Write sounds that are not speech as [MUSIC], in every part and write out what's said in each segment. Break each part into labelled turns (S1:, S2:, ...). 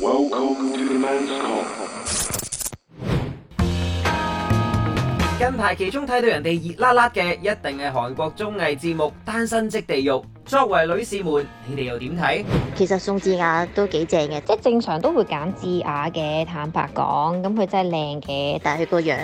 S1: Welcome to the men's come.
S2: 近排其中睇到人哋熱辣辣嘅，一定係韓國綜藝節目《單身即地獄》。作為女士們，你哋又點睇？
S3: 其實宋智雅都幾正嘅，
S4: 即係正常都會揀智雅嘅，坦白講，咁佢真係靚嘅。
S3: 但係佢個樣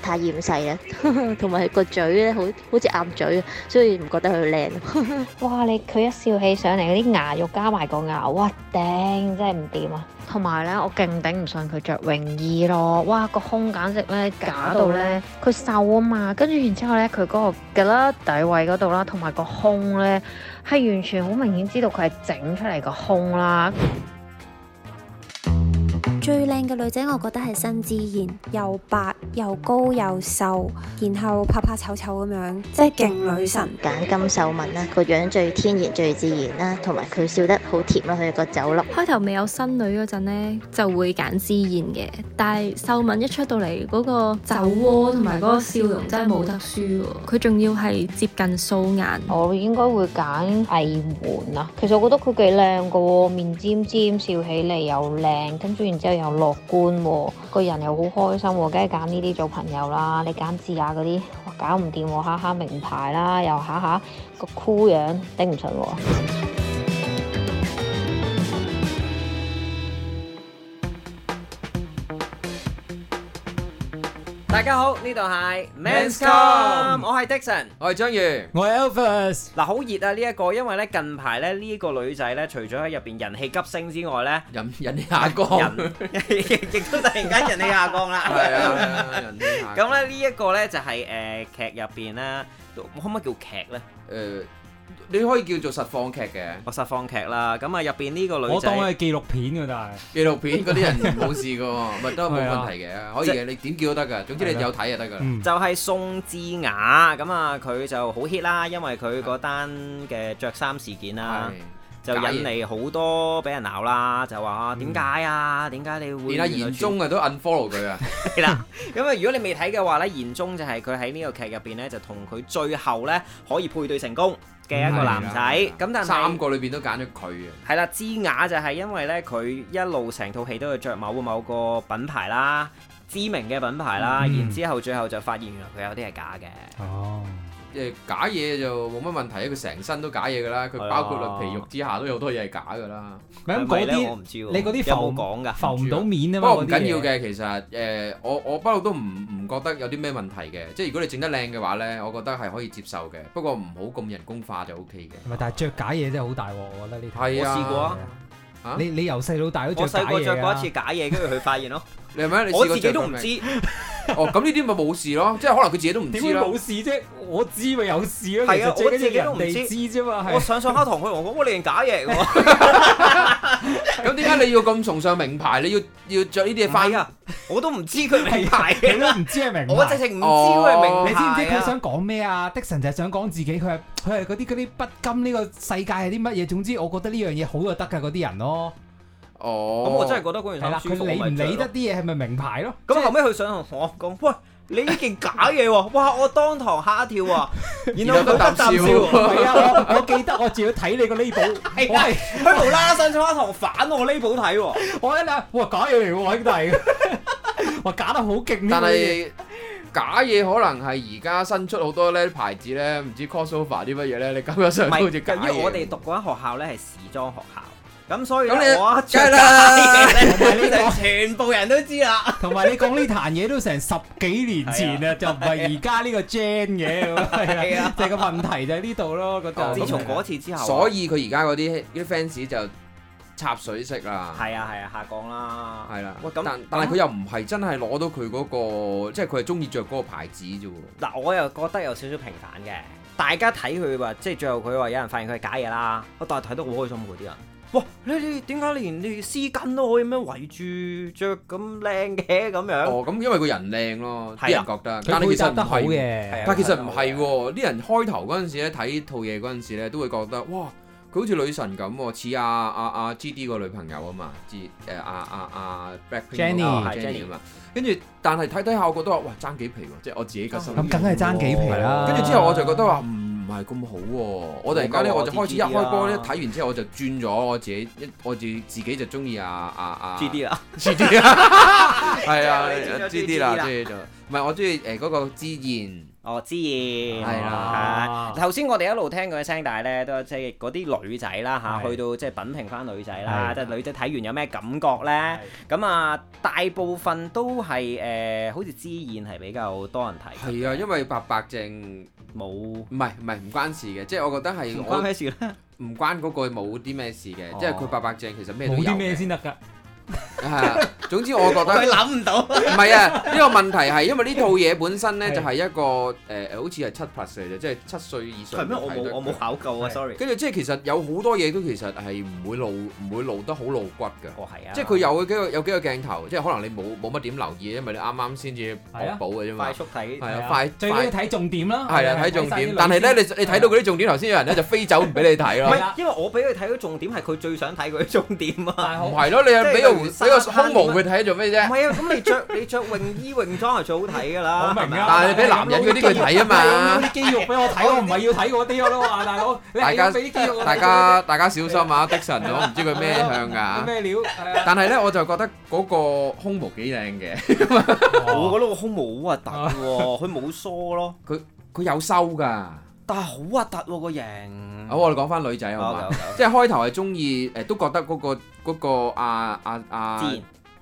S3: 太厭世啦， [LAUGHS] 同埋佢個嘴咧好好似鴨嘴，啊所以唔覺得佢靚。啊
S4: 哇！你佢一笑起上嚟嗰啲牙肉加埋個牙，哇頂，真係唔掂啊！同埋咧，我勁頂唔順佢着泳衣咯，哇個胸簡直咧假到咧，佢瘦啊嘛，跟住然之後咧佢嗰個嘅啦底位嗰度啦，同埋個胸咧係完全好明顯知道佢係整出嚟個胸啦，
S5: 最靚嘅女仔，我覺得係辛芷妍，又白又高又瘦，然後拍拍醜醜咁樣，即係勁女神。
S3: 揀金秀文啦，個樣最天然最自然啦，同埋佢笑得好甜啦，佢個酒粒。
S6: 開頭未有新女嗰陣呢，就會揀之燕嘅，但係秀敏一出到嚟嗰個酒窩同埋嗰個笑容真係冇得輸喎，佢仲要係接近素顏。
S4: 我應該會揀藝媛啊。其實我覺得佢幾靚噶喎，面尖尖，笑起嚟又靚，跟住然之後又樂觀喎、個人又好開心喎、梗係揀呢啲做朋友啦。你揀智雅嗰啲，哇搞唔掂喎，下下名牌啦，又下下個酷樣，頂唔順喎。
S2: 大家好，呢度係
S7: Men's
S2: Come，
S7: Come
S2: 我係 Dixon。
S7: 我係章魚，
S8: 我係 Elvis，
S2: 嗱，好熱啊呢一個，因為咧近排咧呢個女仔咧，除咗喺入邊人氣急升之外咧，
S7: 人人哋下降，
S2: 人 [LAUGHS] 亦都突然間人氣下 [LAUGHS] 降啦。
S7: 係啊係啊，人哋下降
S2: 咁咧呢一個咧就係誒劇入邊啦，可唔可以叫劇咧？
S7: 誒，你可以叫做實況劇嘅
S2: 我實況劇啦。咁啊入邊呢個女
S8: 我
S2: 仔
S8: 當佢係紀錄片㗎，但係
S7: 紀錄片嗰啲人冇事噶喎，咪都冇
S8: 係
S7: 問
S8: 啊
S7: 題嘅，可以嘅，你點叫都得噶，總之你有睇就得噶啦。
S8: 嗯
S2: 就係宋智雅咁啊，佢就好 hit 啦，因為佢嗰單嘅着衫事件啦，就引嚟好多俾人鬧啦，就話啊點解啊？點解你會
S7: 連阿嗯言宗啊都 unfollow à. 佢啊，
S2: 係啦？咁啊，如果你未睇嘅話呢，言宗就係佢喺呢個劇入邊呢，就同佢最後呢可以配對成功嘅一個
S7: à.
S2: 男仔。咁但係
S7: 嗯啊三個裏邊都揀咗佢啊，
S2: 係啦，知雅就係因為咧，佢一路成套戲都係着某某個品牌啦，
S7: 嗯
S2: 知名嘅品牌啦，
S8: 嗯
S2: 然之後最後就發現原來佢有啲係假嘅。
S8: 哦，
S7: 誒假嘢就冇乜問題啊，佢成身都假嘢噶啦，佢
S2: 係啊
S7: 包括落皮肉之下都有好多嘢係假噶啦。
S8: 咪咁
S2: 係咪
S8: 嗰
S2: 呢我唔
S8: 啲
S2: 知喎，
S8: 你嗰啲
S2: 有冇
S8: 浮
S2: 講㗎？
S8: 浮唔到面啊
S7: 不
S8: 嘛，
S7: 過唔
S8: 嗰啲
S7: 緊要
S8: 嘢，
S7: 嘅，其實誒、呃我我不嬲都唔唔覺得有啲咩問題嘅，即係如果你整得靚嘅話呢，我覺得係可以接受嘅。不過唔好咁人工化就 O K 嘅。
S8: 唔係但係着假嘢真係好大鑊，我覺得呢套
S7: 係啊
S2: 我試過啊
S7: 啊
S8: 你你由細到大都
S2: 我
S8: 着假
S2: 細
S8: 嘢
S2: 個着過一次
S8: 啊
S2: 假嘢，跟住佢發現
S8: [LAUGHS]
S2: 咯，
S7: 你係咪？你
S2: 我
S7: 試過
S2: 自己
S7: 着
S2: 都
S7: 過
S2: 唔
S7: 未
S2: 知。
S7: 哦，咁呢啲咪冇事咯，即係可能佢自己都唔
S8: 點
S7: 知
S8: 會
S7: 咯。
S8: 冇事啫？我知咪有事咯，
S2: 係
S8: 其
S2: 啊
S8: 實最
S2: 我自己
S8: 緊要
S2: 都唔
S8: 人哋
S2: 知
S8: 知啫嘛，
S2: 我
S8: 係
S2: 上上下堂佢同我講：我你件假嘢
S8: [LAUGHS]
S2: 喎，
S7: 咁點解你要咁崇尚名牌？你要要著呢啲
S2: 快
S7: 嘢翻？
S2: 㗎！我都唔知佢名牌
S8: 你
S2: 嘅，
S8: 都唔知啊係啊明
S2: 啊 [LAUGHS] 我
S8: 白
S2: 直。情唔知佢係
S7: 哦
S8: 你
S2: 名
S8: 知唔知
S2: 牌
S8: 佢
S2: 啊！
S8: 想講咩啊？的神就係想講自己，佢係佢係嗰啲嗰啲不甘呢個世界係啲乜嘢？總之我覺得呢樣嘢好就得㗎嗰啲人咯，
S7: 哦，
S2: 咁我真係覺得嗰
S8: 係
S2: 件
S8: 啦，
S2: 衫舒
S8: 佢
S2: 服，我
S8: 理
S2: 咪
S8: 唔
S2: 着
S8: 理
S2: 咯
S8: 得啲嘢係咪名牌咯？
S2: 咁後尾佢想同我講：喂，你呢件假嘢喎！ [LAUGHS] 哇，我當堂嚇一跳啊！然後佢
S7: 然後
S2: 得
S7: 得啖
S2: 啖笑。
S7: 笑
S8: [LAUGHS] 係啊，我我記得我仲要睇你個 label，
S2: [LAUGHS] 係
S8: 我
S2: 啊
S8: 係。
S2: 佢無啦啦上咗一堂反我呢部睇喎，
S8: 我一諗，哇假嘢嚟喎， [LAUGHS] 兄弟，哇假得好勁呢
S7: 但
S8: 個嘢
S7: 係假嘢可能係而家新出好多呢牌子呢，唔知 crossover 啲乜嘢呢，你感覺上
S2: 唔
S7: 都好似
S2: 係，
S7: 假
S2: 因為
S7: 嘢。
S2: 我哋讀嗰間學校咧係時裝學校，咁所以
S7: 咁
S2: 咧
S7: 你
S2: 我一
S7: 梗
S2: 着
S7: 係
S2: 假
S7: 啦
S2: 嘢咧，
S7: [LAUGHS]
S2: 就全部人都知啦。
S8: 同埋你講呢壇嘢都成十幾年前啊，就唔係而家呢個 gen 嘅，係
S2: 係啊
S8: 啊，就係個問題就係呢度咯，嗰
S7: 哦
S8: 度。
S2: 自從嗰次之後啊，
S7: 所以佢而家嗰啲啲 fans 就插水式啦。
S2: 係啊係啊下降啦，
S7: 係啦
S2: 喂，咁
S7: 但但係佢又唔係真係攞到佢嗰、個，即係佢係中意着嗰個牌子啫喎。
S2: 嗱，我又覺得有少少平反嘅。大家睇佢話，即係最後佢話有人發現佢係假嘢啦。我但係睇得好開心喎啲人。哇！你你點解連你絲巾都可以咁樣圍住着咁靚嘅咁樣？
S7: 哦，咁因為個人靚
S2: 啊
S7: 咯，
S2: 係啊
S7: 啲人覺得，但
S8: 佢
S7: 係
S8: 配
S7: 其
S8: 搭
S7: 實唔
S8: 得好
S7: 係喎。
S2: 係
S8: 嘅，
S7: 但係其實唔係喎，啲人開頭嗰陣時咧睇套嘢嗰陣時咧，都會覺得哇，佢好似女神咁喎，似阿阿阿 G D 個女朋友啊嘛，似誒阿阿阿 Blackpink 嗰個
S8: Jennie
S2: 係
S7: Jennie
S2: Jennie
S7: 啊嘛。跟住，但係睇睇下，我覺得哇爭幾皮喎，即係我自己個心。
S8: 咁梗係爭幾皮啦。
S7: 跟住之後我就覺得話唔唔係咁好喎、我突然間咧，
S2: 我
S7: 我就開始一開波咧，
S2: 我知
S7: 睇完之後我就轉咗我自己一，我自自己就中意啊啊啊
S2: G D 啦，
S7: G D 啊，係啊
S2: 你轉咗
S7: ，G D 啦
S2: GD 啦
S7: ，G D 就唔係我中意誒嗰個之燕，
S2: 哦，知然
S8: à.
S7: 係
S8: 啦
S2: 係頭先我哋一路聽佢嘅聲，但係咧都即係嗰啲女仔啦嚇，
S8: 係
S2: 去到即係品評翻女仔啦，
S8: 係
S2: 即係女仔睇完有咩感覺咧？咁啊，大部分都係誒、呃好似知燕係比較多人睇，
S7: 係啊，因為白白淨
S2: 冇
S7: 唔係唔係唔關事嘅，即係我覺得係
S2: 唔
S7: 我
S2: 關咩事啦。
S7: 唔關嗰個冇啲咩事嘅，
S2: 哦
S7: 即係佢白白淨其實咩都
S8: 冇
S7: 有
S8: 啲咩
S7: 嘅。
S8: 先得㗎。
S7: 係啊總之我覺
S2: [LAUGHS]
S7: 得
S2: 佢諗唔到，
S7: 唔係啊，呢個問題係因為呢套嘢本身咧
S8: 係
S7: 就係一個誒、呃好似係七 plus 嚟嘅，即係七歲以
S8: [LAUGHS]
S7: 上
S2: 係
S7: 嘅
S2: 咩？
S7: 睇得。
S2: 我冇我冇考究啊
S8: 係
S2: ，sorry。
S7: 跟住即係其實有好多嘢都其實係唔會露唔會露得好露骨㗎。
S2: 哦，係啊，
S7: 即係佢有幾個有幾個鏡頭，即係可能你冇冇乜點留意，因為你啱啱先至
S8: 係
S7: 補
S8: 啊
S7: 補嘅啫嘛
S2: 快。速睇
S7: 係啊，
S8: 啊
S7: 快
S8: 最緊
S7: 快
S8: 要睇重點啦。
S7: 係啊，睇重點。但係咧，你你睇到嗰啲重點，頭先有人咧就飛走唔俾你睇
S2: 唔
S7: 咯
S8: 係。
S2: 係，因為我俾佢睇嗰重點係佢最想睇嗰啲重點啊。
S7: 唔
S8: 唔
S7: 係咯，你又
S2: 即係
S7: 俾個
S2: 例如
S7: 俾個
S2: 沙灘
S7: 胸毛
S2: 咁樣
S7: 佢睇做咩
S2: 唔？
S7: 啫
S2: 係啊，咁你着你着泳衣泳裝係最好睇㗎啦。
S8: 我明
S2: 係咪
S8: 啊，
S7: 但係你俾男人嗰啲佢睇啊嘛
S8: 你有啲肌肉俾我睇，我唔係要睇嗰啲咯，話大佬，你
S7: 大
S8: 係要
S7: 家
S8: 俾啲肌肉我睇
S7: 大家大家小心啊！Dixon，我唔知佢咩向
S8: 你
S7: 㗎。
S8: 咩料？係啊
S7: 但係咧，我就覺得嗰個胸毛幾靚嘅，
S2: 我覺得個胸毛好核突
S8: 啊
S2: 喎，佢冇梳咯，
S7: [LAUGHS] 佢有收㗎。
S2: 但係好核突喎個型。啊
S7: 好，我哋講翻女仔嗯好嘛？啊即係開頭係中意誒，都覺得嗰個嗰個阿阿
S2: 自
S7: 阿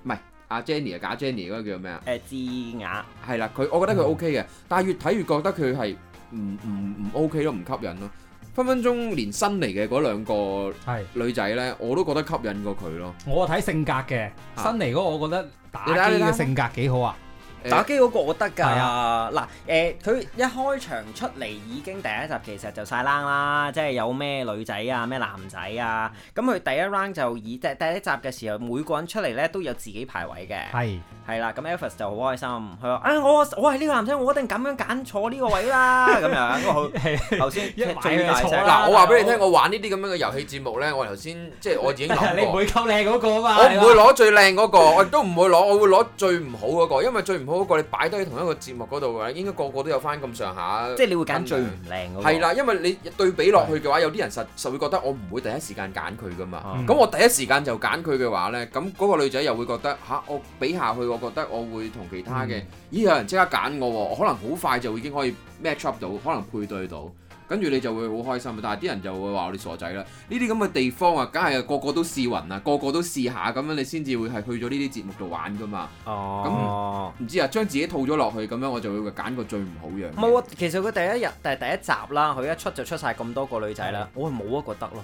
S2: 然
S7: 阿 Jenny 啊，假 Jenny 嗰個叫咩啊？
S2: 誒智雅，
S7: 係啦，佢我覺得佢 O K 嘅，但係越睇越覺得佢係唔唔唔 O K 咯，唔吸引咯。分分鐘連新嚟嘅嗰兩個
S8: 係，
S7: 女仔咧，我都覺得吸引過佢咯。
S8: 我睇性格嘅，新嚟嗰個我覺得打
S7: 你睇
S8: 機
S7: 你睇
S8: 嘅性格幾好啊，
S7: 誒啊
S2: 打機嗰個我得㗎。
S8: 係
S2: 嗱誒，佢一開場出嚟已經第一集其實就晒冷啦，即係有咩女仔啊，咩男仔啊。咁佢第一 round 就以即係第一集嘅時候，每個人出嚟咧都有自己排位嘅。
S8: 係
S2: 係啦，咁 Elvis 就好開心，佢話：啊，我我係呢個男仔，我一定咁樣揀坐呢個位啦，咁樣。因為
S8: [LAUGHS]
S2: 佢頭先
S8: 一買
S2: 終於
S8: 就
S2: 大
S8: 坐
S2: 聲
S8: 啦
S7: [LAUGHS] 嗱，我話俾你聽，我玩呢啲咁樣嘅遊戲節目咧，我頭先即係我已經 [LAUGHS]
S8: [LAUGHS] 你
S7: 諗
S8: 唔
S7: 過。
S8: 會溝靚嗰個啊嘛，
S7: 我唔會攞最靚嗰個，我亦都唔會攞，我會攞最唔好嗰個，因為最唔好嗰個你擺低喺同一個節目嗰度嘅，應該個個都有翻咁上下。
S2: 即係你會揀最唔靚嗰個。
S7: Ờ, 係啦，因為你對比落去嘅話，有啲人實實會覺得我唔會第一時間揀佢噶嘛。
S8: 嗯
S7: 咁、我第一時間就揀佢嘅話呢，咁嗰個女仔又會覺得吓、我比下去，我覺得我會同其他嘅，咦有人即刻揀我喎，我可能好快就已經可以 match up 到，可能配對到。跟住你就會好開心，但係啲人就會話我哋傻仔啦。呢啲咁嘅地方啊，梗係個個都試勻啦，個個都試下咁樣，你先至會係去咗呢啲節目度玩噶嘛。
S2: 哦，
S7: 唔知啊，將自己套咗落去咁樣，我就會揀個最唔好樣嘅。
S2: 冇啊，其實佢第一日但係第一集啦，佢一出就出晒咁多個女仔啦，我係冇一個得咯。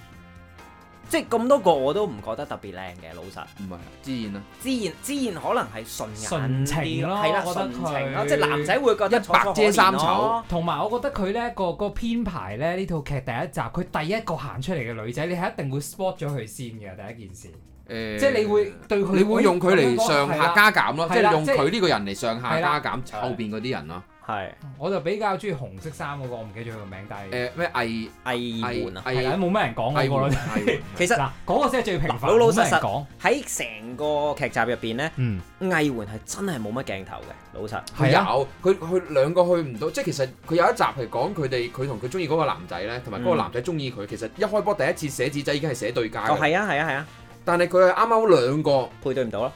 S2: 即係咁多個我都唔覺得特別靚嘅，老實。
S7: 唔係自然啊。
S2: 自然自然可能係順眼
S8: 純
S2: 啲
S8: 情咯
S2: 係啦，
S8: 我覺得
S2: 純情咯，
S8: 佢
S2: 即係男仔會覺得
S7: 一白
S2: 楚楚可
S7: 遮三醜
S2: 憐咯。
S8: 同埋我覺得佢咧個個編排咧呢套劇第一集，佢第一個行出嚟嘅女仔，你係一定會 spot 咗佢先嘅第一件事，
S7: 誒
S8: 即係你會對佢
S7: 你會用佢嚟上下加減咯，即
S8: 係啦
S7: 係用
S8: 即係
S7: 佢呢個人嚟上下
S8: 係
S7: 加
S8: 啦
S7: 減後邊嗰啲人咯。
S2: 係
S8: 我就比較中意紅色衫嗰個，我唔記得咗佢個名，但
S7: 誒
S8: 係
S7: 咩藝
S2: 藝
S7: 藝
S2: 門啊！
S8: 係啦，
S7: 藝
S8: 冇咩人講嗰 [LAUGHS] 個咯。
S7: 藝
S2: 其實
S8: 嗱，嗰個先係最平
S2: 嗱
S8: 凡，
S2: 老老實實
S8: 冇乜人講，
S2: 喺成個劇集入邊咧，
S8: 嗯，
S2: 藝援係真係冇乜鏡頭嘅，老實。
S7: 佢
S8: 係啊，
S7: 有佢佢兩個去唔到，即係其實佢有一集係講佢哋佢同佢中意嗰個男仔咧，同埋嗰個
S2: 嗯
S7: 男仔中意佢。其實一開波第一次寫紙仔已經係寫對家
S2: 哦，
S7: 嘅，
S2: 係啊，係啊，係啊，
S7: 但係佢係啱啱兩個
S2: 配對唔到咯，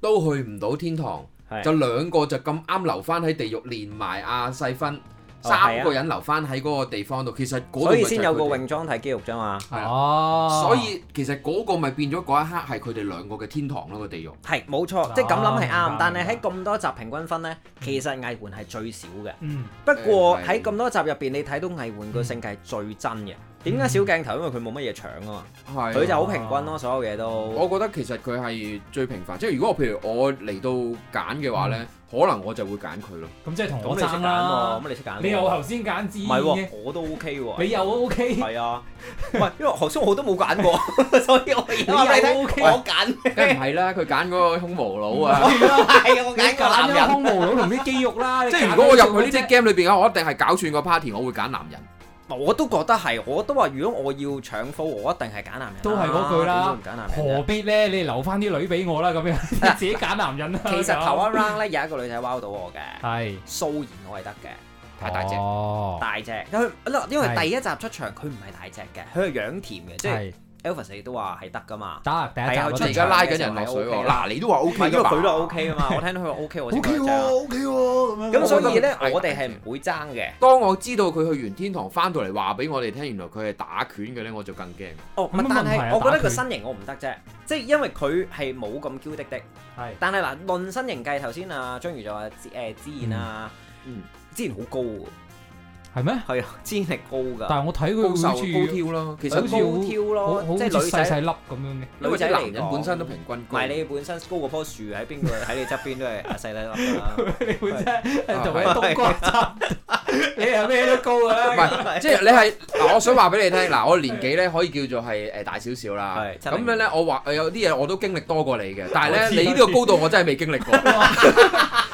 S7: 都去唔到天堂，
S2: 係
S7: 就兩個就咁啱留翻喺地獄，連埋阿細芬
S2: 哦係
S7: 三
S2: 啊
S7: 個人留翻喺嗰個地方度。其實嗰度
S2: 所以
S7: 咪就係
S2: 先有個
S7: 佢哋
S2: 泳裝睇肌肉啫嘛。
S7: 係啊
S8: 哦，
S7: 所以其實嗰個咪變咗嗰一刻係佢哋兩個嘅天堂咯，個地獄。
S2: 係冇錯，
S8: 啊
S2: 即係咁諗係
S8: 明白
S2: 啱，但係喺
S8: 明
S2: 咁多集平均分呢，其實藝援係最少嘅。
S8: 嗯，
S2: 不過
S7: 誒係
S2: 喺咁多集入邊，你睇到藝援個性格係最真嘅。點解
S8: 嗯
S2: 小鏡頭？因為佢冇乜嘢搶啊嘛，
S7: 係
S2: 佢就好平均咯，所有嘢都。
S7: 我覺得其實佢係最平凡，即係如果我譬如我嚟到揀嘅話呢，
S2: 嗯
S7: 可能我就會揀佢
S2: [LAUGHS]
S7: 咯。
S8: 咁即係同
S2: 咁
S8: 我
S2: 你識揀
S8: 爭
S2: 喎，
S7: 啊
S8: 啦
S2: 咁。你識揀喎。
S8: 啊你又頭先揀自
S2: 唔
S8: 然
S2: 係
S8: 嘅
S2: 喎，，我都 OK 喎。
S8: 你又 OK，
S2: 係
S8: [LAUGHS]
S2: 啊，唔係因為學叔我都冇揀過， [LAUGHS] 所以我而家話俾
S8: 你又
S2: 你
S8: OK
S2: 聽，我揀
S7: 梗係唔係啦，佢揀嗰個胸毛佬
S2: [LAUGHS]
S7: 啊！
S2: 係啊，我
S8: 你
S2: 揀個男
S8: 揀
S2: 人
S8: 咗。胸毛佬同啲肌肉啦。你
S7: 即係
S8: 揀
S7: 如果我入
S8: 咗
S7: 去呢啲 game 裏邊嘅話，我一定係搞串個 party，我會揀男人。
S2: 我都覺得係，我都話如果我要搶 f 我一定係揀男人。
S8: 都係嗰句啦
S2: 點解
S8: 做啫，
S2: 唔揀男
S8: 何
S2: 人啫？
S8: 必咧？你留翻啲女俾我啦，咁樣 [LAUGHS] 你自己揀男人啦。
S2: 其實
S8: 咁
S2: 頭一 round 咧有一個女仔 wow 到我嘅，
S8: 係
S2: 蘇然我係得嘅，
S7: 太大隻
S8: 啊哦，
S2: 大隻，佢嗱，因為
S8: 係
S2: 第一集出場佢唔係大隻嘅，佢係樣甜嘅，即係
S8: 係
S2: Elvis 亦都話係得噶嘛。
S8: 得第一集
S2: 係啊
S8: 嗰
S7: 我
S2: 出
S8: 陣
S7: 而
S2: 嚟
S7: 家
S2: 㗎
S7: 拉緊人落水喎，嗱你都話 O
S2: 唔係
S7: K
S2: 因為
S7: 㗎嘛
S2: 佢都 OK 啊嘛，我聽到佢話 OK 我先
S7: OK
S2: 覺得
S7: 喎
S2: 正啊
S7: ，OK 喎咁樣。
S2: 咁所以
S7: 覺得
S2: 咧
S7: 太，
S2: 我哋
S7: 大
S2: 係
S7: 隻
S2: 唔會爭嘅。
S7: 當我知道佢去完天堂翻到嚟話俾我哋聽，原來佢係打拳嘅咧，我就更驚。
S2: 哦，唔
S8: 咁
S2: 係
S8: 乜
S2: 但
S8: 問題啊
S2: 係我覺
S8: 打
S2: 得
S8: 佢
S2: 個身形我唔得啫，即係因為佢係冇咁嬌滴滴。
S8: 係
S2: 但係嗱，論身形計，頭先啊章魚就話之誒之燕啊，
S7: 嗯，
S2: 之前好高喎，
S8: 係咩？
S2: 係啊，之燕係高㗎，
S8: 但係我睇佢
S7: 高瘦
S8: 好
S7: 高
S8: 似
S7: 挑啦，其
S8: 好
S7: 實
S8: 似
S2: 高挑
S8: 好好
S2: 咯，即
S8: 似
S2: 係女
S8: 細
S2: 仔
S8: 細。粒咁樣嘅。
S7: 因
S2: 女
S7: 為
S2: 仔
S7: 啲
S2: 嚟
S7: 男人本身都
S2: 講
S7: 平均
S2: 唔
S7: 高。
S2: 係你本身高嗰棵樹喺邊個喺你側邊都係啊細細粒啦。
S8: 你本身係同
S7: 係
S8: 啲冬瓜差唔多，你係咩都高㗎
S7: 唔
S8: 啦。
S7: 係，即係你係嗱，我想話俾你聽，嗱，我年紀咧可以叫做係誒大少少啦。
S2: 係
S7: 咁樣咧，我話有啲嘢我都經歷多過你嘅，但係
S8: 我知
S7: 咧，你呢個高度我真係未經歷過。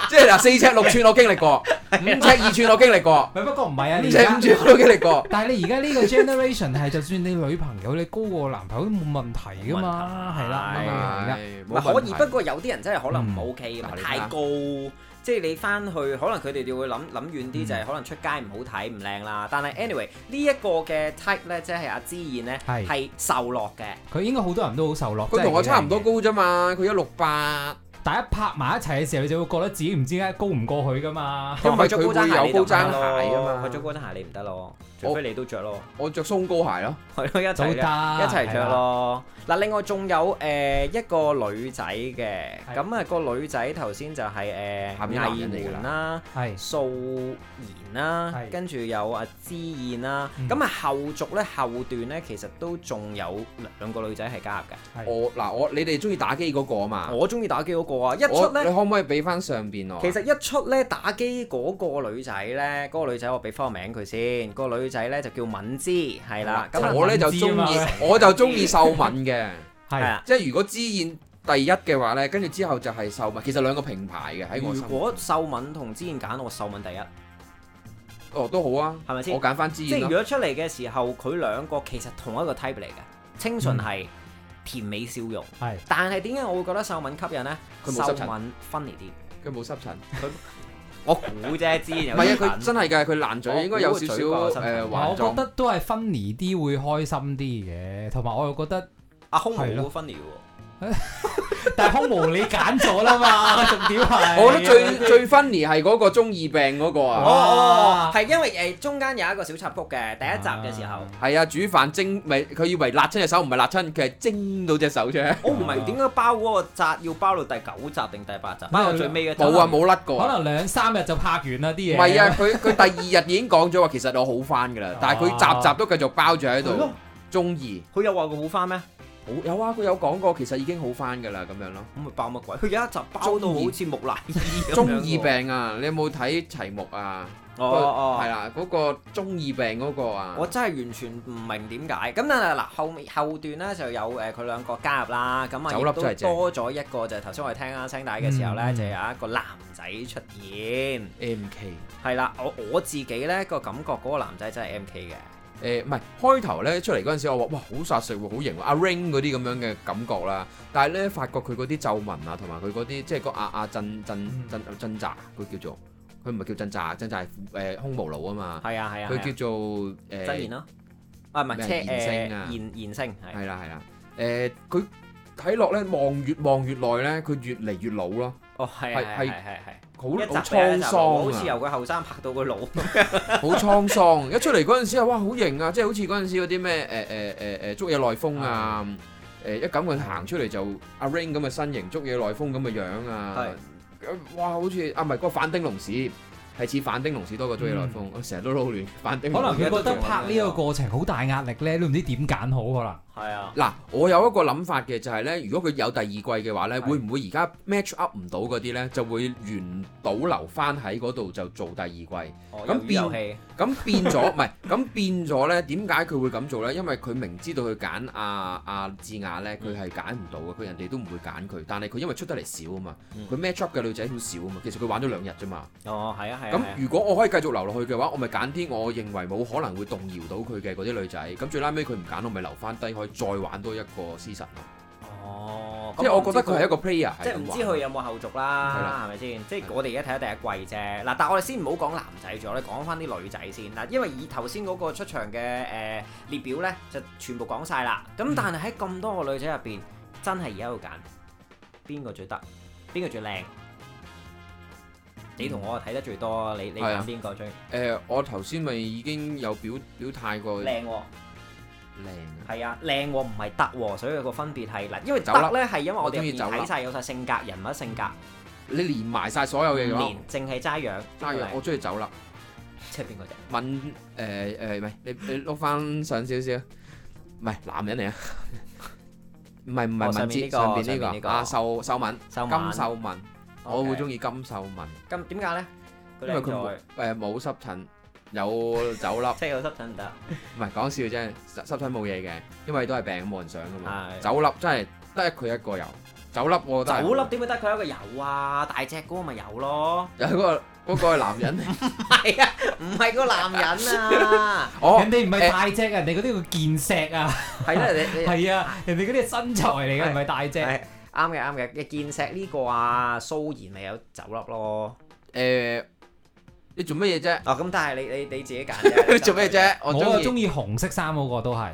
S7: 即係嗱，四尺六寸我經歷過，五尺二寸我經歷過，
S8: 唔係不過唔係啊，
S7: 五
S8: 你而
S7: 尺五
S8: 家。
S7: 寸我都經歷過。
S8: 但係你而家呢個 generation 係，就算你女朋友你高過男朋友都冇問題噶嘛，
S2: 冇問題
S8: 係啊啦，冇問題㗎
S7: 係
S2: [LAUGHS] 唔係
S7: 冇
S2: 可
S7: 問
S2: 以，
S7: 題
S2: 不過有啲人真係可能唔 OK
S7: 嗯
S2: 啊
S7: 嗱，你睇
S2: 太
S7: 下
S2: 高，即係你翻去可能佢哋就會諗諗遠啲，就係可能出街唔好睇唔靚啦。但係 anyway 呢一個嘅 type 咧，即係阿之燕咧
S8: 係
S2: 係受落嘅，
S8: 佢應該好多人都好受落。
S7: 佢同我
S8: 真係
S7: 差
S8: 幾靚
S7: 唔多
S8: 嘅
S7: 高啫嘛，佢一六八，
S8: 但一拍埋一齊嘅時候，你就會覺得自己唔知點解高唔過佢噶嘛。
S7: 因
S2: 因
S7: 為
S2: 為
S7: 佢
S2: 着
S7: 會
S2: 高踭鞋
S7: 有
S2: 你
S7: 高
S2: 就唔
S7: 踭
S2: 得
S7: 鞋啊
S2: 咯，
S7: 嘛
S2: 佢着高踭鞋你唔得咯，除非你都着咯， [LAUGHS]
S7: 我着鬆高鞋咯。
S2: 係咯一
S8: 就得
S2: 齊咯。
S7: 啊
S2: 一齊着。咯。嗱，另外仲有呃誒一個女仔嘅，
S8: 係
S2: 咁啊個女仔頭先就係誒呃
S7: 下邊男人嚟㗎啦
S2: 藝媛啦。
S8: 係
S2: 素妍啦
S8: 係，
S2: 跟住有阿知燕啦，
S8: 嗯
S2: 咁啊、後續咧後段咧，其實都仲有兩個女仔係加入嘅。
S8: 係
S7: 我嗱我你哋中意打機嗰個啊嘛，
S2: 我中意打機嗰個啊，一
S7: 我
S2: 出
S7: 你
S2: 咧，
S7: 可唔可以俾翻上邊我啊？
S2: 其實一出咧打機嗰個女仔咧，嗰、個女仔我俾翻個名佢先，個女仔咧就叫敏芝，係啦，咁
S8: 啊
S7: 我咧就
S8: 敏
S7: 中
S8: 芝啊嘛
S7: 意，我就中意秀敏嘅，
S2: 係
S8: 係
S2: 啊。
S7: 即係如果知燕第一嘅話咧，跟住之後就係秀敏，其實兩個平排嘅喺我
S2: 如
S7: 心目中。
S2: 果秀敏同知燕揀，我秀敏第一，係
S7: 哦都好啊，
S2: 咪先
S7: 我？揀翻知
S2: 即係
S7: 燕
S2: 如
S7: 咯。
S2: 果出嚟嘅時候，佢兩個其實同一個 type 嚟嘅，清純係甜美笑容。
S8: 係
S2: 但係啊點解我會覺得秀敏吸引呢？
S7: 佢冇濕
S2: 秀
S7: 疹
S2: 敏 funny 啲，
S7: 佢冇濕疹，
S2: 我估啫， [LAUGHS] 之前有
S7: 唔係啊，
S2: 啲
S7: 佢
S2: 粉
S7: 真係㗎，佢爛
S2: 我
S7: 嘴應該有少少
S2: 估佢
S7: 誒
S2: 嘴角有濕疹
S8: 我
S7: 環
S8: 覺
S7: 狀。
S8: 得都係分離啲會開心啲嘅，同埋我又覺得， [LAUGHS]
S2: 阿空冇
S8: 係咯
S2: funny 喎，
S8: 但係空無你揀咗啦嘛， [LAUGHS] 重點係。
S7: 我覺得最最 funny 係嗰個中二病嗰個
S8: 哇
S7: 啊，
S2: 啊哦，係因為誒中間有一個小插曲嘅，第一集嘅時候
S8: 啊，
S7: 係啊，煮飯蒸咪佢以為辣親隻手，唔係辣親，佢係蒸到
S2: [LAUGHS]
S7: 隻手啫。
S2: 我唔明點解包嗰個集要包到第九集定第八集，包到最尾嘅集
S7: 冇啊，，冇甩過
S8: 可
S7: 啊。
S8: 能兩三日就拍完啦啲
S7: 唔
S8: 嘢。
S7: 係啊，佢佢第二日已經講咗話，其實我好翻
S2: [LAUGHS]
S7: 㗎啦，但係佢集集都繼續包住喺
S2: 啊係
S7: 度
S2: 咯，
S7: 中意。
S2: 佢有話佢好翻咩？
S7: 好有啊，佢有講過，其實已經好翻㗎啦，咁樣咯。
S2: 咁咪爆乜鬼？佢有一集包到好似木乃伊咁樣喎
S7: 中二，病啊，你有冇睇齊木啊？
S2: 哦哦。
S7: 係啦，嗰個中二病嗰個啊
S2: 我，真係完全唔明點解咁但係嗱後面後段咧就有誒佢兩個加入啦，咁
S7: 酒粒
S2: 啊
S7: 真係
S2: 亦
S7: 正
S2: 都多咗一個就係頭先我哋聽啱聲帶嘅時候咧，
S8: 嗯
S2: 就有一個男仔出現。
S7: M K。
S2: 係啦，我我自己呢個感覺嗰個男仔真係 M K 嘅，
S7: 誒唔係開頭咧出嚟嗰陣時，我話哇好殺食喎，好型喎，阿 Ring 嗰啲咁樣嘅感覺啦。但係咧發覺佢嗰啲皺紋啊，同埋佢嗰啲即係個阿阿震
S2: 嗯
S7: 震震震炸，佢叫做佢唔係叫震炸，震炸係誒空無腦啊嘛。
S2: 係啊係啊，
S7: 佢叫做誒
S2: 真言咯，啊唔係
S7: 咩
S2: 車
S7: 言
S2: 誒
S7: 聲啊
S2: 言言聲係
S7: 係啦係啦誒，佢睇落咧望越望越耐咧，佢越嚟越老咯，
S2: 哦係
S7: 係
S2: 係
S7: 係
S2: 係係係。
S7: 好
S2: 一集
S7: 好
S2: 比一
S7: 滄
S2: 集好似
S7: 桑
S2: 由
S7: 啊，
S2: 佢後生拍到個腦，
S7: 好滄桑。一出嚟嗰陣時啊，哇好型啊，即係好似嗰陣時嗰啲咩誒誒誒誒竹野內豐啊。誒一咁佢行出嚟就阿 Rain 咁嘅身形，竹野內豐咁嘅樣啊，咁哇好似啊唔係嗰個反町隆史係似反町隆史多過竹野內豐，我成日都撈亂反町
S8: 嗯可
S7: 隆史。
S8: 能佢覺得拍呢個過程好大壓力咧，都唔知點揀好可能。
S2: 係啊，
S7: 嗱，我有一個諗法嘅就係咧，如果佢有第二季嘅話咧，
S8: 係
S7: 會唔會而家 match up 唔到嗰啲咧，就會原倒流翻喺嗰度就做第二季？咁
S2: 哦
S7: 變
S2: 魷魚遊戲
S7: 變咗 [LAUGHS] 唔係，咁變咗咧，點解佢會咁做咧？因為佢明知道佢揀阿阿智雅咧，
S2: 嗯
S7: 佢係揀唔到嘅，佢人哋都唔會揀佢，但係佢因為出得嚟少啊嘛，
S2: 嗯
S7: 佢 match up 嘅女仔好少啊嘛，其實佢玩咗兩日啫嘛。
S2: 哦係啊係啊，
S7: 咁
S2: 係啊
S7: 如果我可以繼續留落去嘅話，我咪揀啲我認為冇可能會動搖到佢嘅嗰啲女仔。咁最拉尾佢唔揀，我咪留翻低，可以再玩多一個 season 咯。
S2: 哦，
S7: 即係我覺得佢係一個 player，
S2: 即係唔知佢有冇後續啦，係咪先？即係我哋而家睇咗第一季啫。嗱，但係我哋先唔好講男仔住，我哋講翻啲女仔先嗱，因為以頭先嗰個出場嘅誒、呃列表咧，就全部講晒啦。
S7: 嗯
S2: 咁但係喺咁多個女仔入邊，真係而家要揀邊個最得，邊個最靚？你同我睇得最多，你你
S7: 係
S2: 揀
S7: 啊
S2: 邊個最
S7: 誒，我頭先咪已經有表表態過靚
S2: 靚喎？
S7: 啊，
S2: 係啊，靚喎唔係得喎，所以個分別係嗱，因為得
S7: 走啦
S2: 咧係因為我哋
S7: 我中意
S2: 入
S7: 走
S2: 邊
S7: 啦
S2: 睇晒有晒性格、人物性格，
S7: 你連埋晒所有嘢嘅話，
S2: 連淨係齋樣，
S7: 揸完我中意走啦。
S2: 即係邊個啫？
S7: 問誒誒，唔係你你碌翻上少少，唔係男人嚟啊，唔係唔
S2: 哦
S7: 係
S2: 上面
S7: 文
S2: 呢
S7: 字
S2: 個
S7: 上
S2: 上
S7: 邊
S2: 面呢
S7: 呢
S2: 個
S7: 個啊，秀秀敏
S2: 收
S7: 金
S2: 晚。
S7: 秀敏，我會中意金秀敏，
S2: 咁點解咧？
S7: 因為
S2: 佢
S7: 佢
S2: 靚在
S7: 冇誒冇濕疹，
S2: [LAUGHS]
S7: 有酒粒，
S2: 即係有濕疹唔得，
S7: 唔係講笑啫，濕濕疹冇嘢嘅，因為都係病冇人想噶嘛，
S2: 係
S7: 酒粒真係得佢一個有，酒粒我覺得係
S2: 酒粒點會得佢一個有啊？大隻嗰個咪有咯，
S7: 有嗰個嗰個係
S2: [LAUGHS]
S7: 男人，
S2: 係啊，唔係個男人啊，
S7: 哦
S8: 人哋唔係
S7: 誒
S8: 大隻啊，人哋嗰啲叫健碩啊，
S2: 係啦，你你
S8: 係啊，人哋嗰啲係身材嚟嘅，唔係大隻。
S2: 係啱嘅啱嘅，嘅健碩呢個啊蘇妍咪有酒粒咯，
S7: 誒，你做乜嘢啫？ [LAUGHS]
S2: 哦咁但係你你你自己揀啫，
S7: 你做咩？啫？我
S8: 我啊
S7: 中
S8: 中
S7: 意
S8: 意紅色衫嗰個都係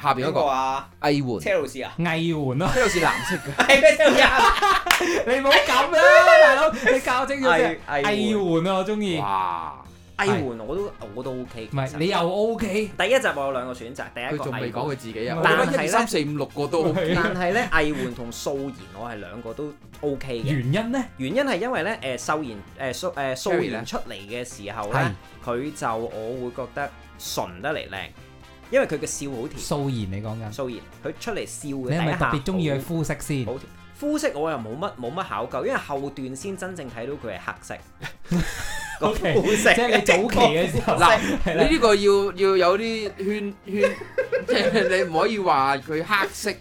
S7: 下邊
S2: 邊
S7: 嗰
S2: 個
S7: 個
S2: 啊？
S7: 魏緩。
S2: 車路士啊？
S8: 藝媛咯。
S2: [LAUGHS]
S7: 即係好似藍色嘅，
S2: 係咩車路士啊？
S8: 你唔好咁啦，大佬，你教精咗
S2: 藝
S8: 先。藝
S2: 藝
S8: 媛啊，我中意。
S7: 哇！
S2: 藝援我都我都 OK，
S8: 唔係你
S2: 其實
S8: 又 OK，
S2: 第一集我有兩個選擇，第一
S7: 佢
S2: 個
S7: 仲未
S2: 藝
S7: 講佢自己啊，
S8: 但
S7: 我覺
S2: 係
S7: 得
S2: 咧
S7: 一三四五六個
S2: [LAUGHS]
S7: 都好，
S8: 係
S2: 但係咧藝援同素妍我係兩個都 OK 嘅。
S8: 原因咧
S2: 原因係因為咧，誒、秀賢誒蘇誒素
S7: Cherry 咧
S2: 妍出嚟嘅時候
S8: 係
S2: 咧，佢就我會覺得純得嚟靚，因為佢嘅笑好甜。
S8: 素妍你講緊，
S2: 素妍佢出嚟笑嘅
S8: 你
S2: 第
S8: 係
S2: 一
S8: 咪
S2: 下
S8: 特別中意佢
S2: 好
S8: 膚色先？
S2: 好甜。膚色我又冇乜冇乜考究，因為後段先真正睇到佢係黑
S8: [LAUGHS]
S2: 色。個
S8: OK，
S2: 膚色
S8: 即係你早期嘅時候，
S7: 嗱
S8: 係啦
S7: 你呢個要要有啲圈 [LAUGHS] 圈，即係你唔可以話佢黑色，即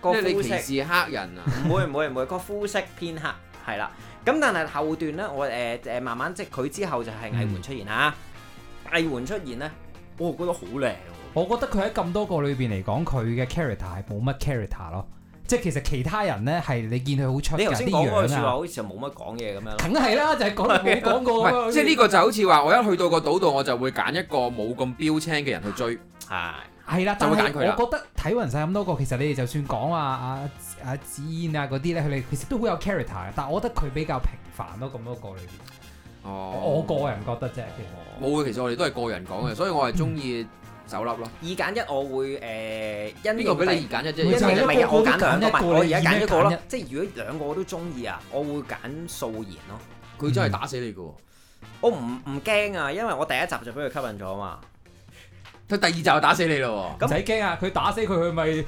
S2: 個
S7: 係你
S2: 膚
S7: 歧
S2: 色
S7: 視黑人啊！
S2: 唔會唔會唔會個膚色偏黑係啦。咁但係後段咧，我誒誒慢慢即係佢之後就係藝媛出現啦。藝媛出現咧，我覺得好靚喎。
S8: 我覺得佢喺咁多個裏邊嚟講，佢嘅 character 係冇乜 character 咯。即係其實其他人咧係你見佢好出
S2: 你
S8: 㗎
S2: 頭先
S8: 啲
S2: 講嗰句説
S8: 樣
S2: 話
S8: 啊，
S2: 好似就冇乜講嘢咁樣咯。
S8: 梗係啦，就係
S7: [LAUGHS]
S8: 講冇講
S7: 啊唔
S8: 過
S7: 係，即係呢個就好似話，我一去到個島度，我就會揀一個冇咁標青嘅人去追。
S2: 係
S8: 係啦，
S7: 就
S8: 但
S7: 會
S8: 係
S7: 揀佢啦
S8: 我覺得睇勻晒咁多個，其實你哋就算講話阿阿紫嫣啊嗰啲咧，佢哋其實都好有 character 嘅，但我覺得佢比較平凡咯，咁多個裏邊，我
S7: 哦，
S8: 個人覺得啫，其實。
S7: 冇嘅，其實我哋都係個人講嘅，所以我係中意酒粒咯。
S2: 二揀一，我會誒因
S7: 邊個俾你
S2: 第
S7: 而揀一
S2: 因
S8: 咪
S2: 為
S7: 啫？
S8: 就
S2: 唔
S8: 係咯
S2: 係啊
S8: 個
S2: 我
S8: 個都
S2: 揀兩個，唔係
S8: 揀一個
S2: 我而家
S8: 你已
S2: 揀
S8: 經
S2: 一個咯
S8: 揀一。
S2: 即係如果兩個我都中意啊，我會揀素妍咯。
S7: 佢真係打死你嘅喎！
S2: 我唔唔驚啊，因為我第一集就俾佢吸引咗嘛。
S7: 佢第二集就打死你咯
S8: 唔使驚啊！佢打死佢，佢咪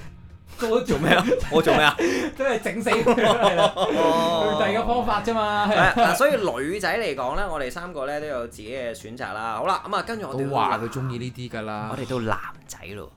S8: 都做咩？ [LAUGHS]
S2: 啊？我做咩
S7: [LAUGHS]
S2: 啊？哦
S8: 都係整死佢係啦佢第二個方法啫嘛。係啊
S2: 係嗱，所以女仔嚟講咧，我哋三個咧都有自己嘅選擇啦。好啦，咁啊，跟住我
S7: 喎！
S2: 哋
S7: 都
S2: 到
S7: 話
S2: 男
S7: 佢中意呢啲㗎啦
S2: 我。哋到男仔咯。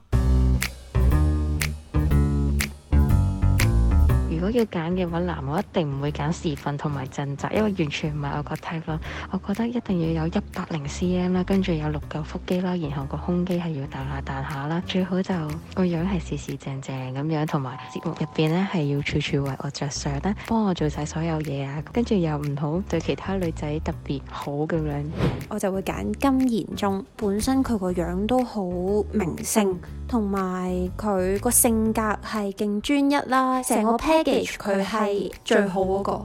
S4: 如果要揀嘅話，男我一定唔會揀時分同埋震澤，因為完全唔係我個 type 咯。我覺得一定要有一百零 cm 啦，跟住有六嚿腹肌啦，然後個胸肌係要彈下彈下啦，最好就個樣係時時正正咁樣，同埋節目入邊咧係要處處為我着想啦，幫我做晒所有嘢啊，跟住又唔好對其他女仔特別好咁樣。
S5: 我就會揀金賢中，本身佢個樣都好明星，同埋佢個性格係勁專一啦，成個 package 佢係最好嗰、個。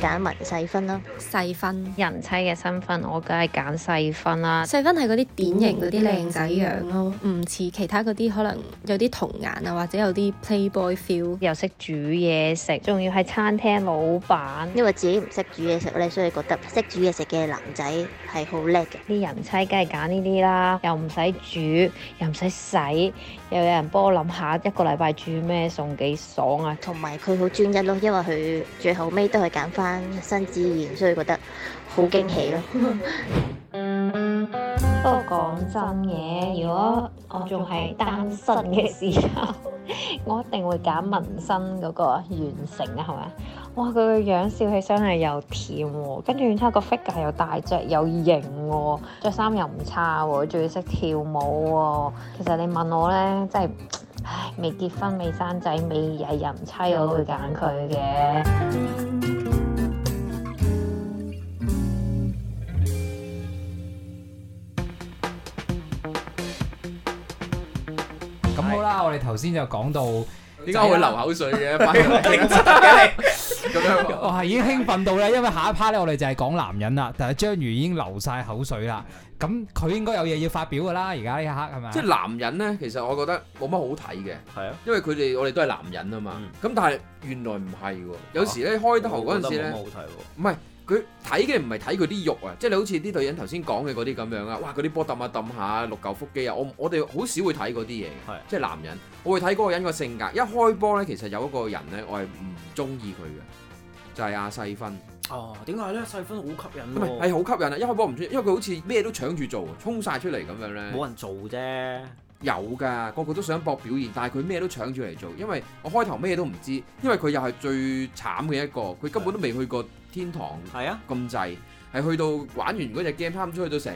S3: 揀文細分啦，
S6: 細分。
S4: 人妻嘅身份，我梗係揀細分啦。
S6: 細分係嗰啲典型嗰啲靚仔樣咯，唔似其他嗰啲可能有啲童顏啊，或者有啲 playboy feel。
S4: 又識煮嘢食，仲要係餐廳老闆。
S3: 因為自己唔識煮嘢食咧，所以覺得識煮嘢食嘅男仔係好叻嘅。
S4: 啲人妻梗係揀呢啲啦，又唔使煮，又唔使洗，又有人幫我諗下一個禮拜煮咩餸幾爽啊！
S3: 同埋佢好專一咯，因為佢最後尾都係揀翻新自然，所以覺得好驚喜咯。
S4: 不過講真嘅，如果我仲係單身嘅時候， [LAUGHS] 我一定會揀紋身嗰個完成啊，係咪啊？哇！佢個樣笑起上嚟又甜喎，跟住然之後個 figure 又大隻又型喎，着衫又唔差喎，仲要識跳舞喎。其實你問我咧，真係唉，未結婚、未生仔、未曳人妻，我會揀佢嘅。
S8: 咁好啦，我哋頭先就講到，
S7: 點解我會流口水
S2: [LAUGHS]
S7: 嘅？翻嚟咁樣，
S8: [LAUGHS] 我係已經興奮到咧，因為下一 part 咧我哋就係講男人啦，但係章魚已經流晒口水啦，咁佢應該有嘢要發表噶啦，而家呢一刻係咪？
S7: 即係男人咧，其實我覺得冇乜好睇嘅，
S2: 啊係啊，
S7: 因為佢哋我哋都係男人啊嘛
S2: 嗯。啊
S7: 咁但係原來唔係喎，有時咧開頭嗰陣時咧。
S2: 我覺得冇乜好睇喎。
S7: 佢睇嘅唔係睇佢啲肉啊，即係你好似啲女人頭先講嘅嗰啲咁樣啊，哇嗰啲波揼下揼下六嚿腹肌啊，我我哋好少會睇嗰啲嘢嘅
S2: 係，
S7: 即係男人，我會睇嗰個人個性格。一開波呢，其實有一個人呢，我係唔中意佢嘅，就係、阿細芬，
S2: 哦，點解咧？細分好吸引
S7: 唔係
S2: 喎，
S7: 係好吸引啊！一開波唔中意，因為佢好似咩都搶住做，衝晒出嚟咁樣呢。
S2: 冇人做啫。
S7: 有㗎，個個都想搏表現，但係佢咩都搶住嚟做，因為我開頭咩都唔知，因為佢又係最慘嘅一個，佢根本都未去過天堂。
S2: 係啊，
S7: 咁滯，係去到玩完嗰隻 game，差唔多去到成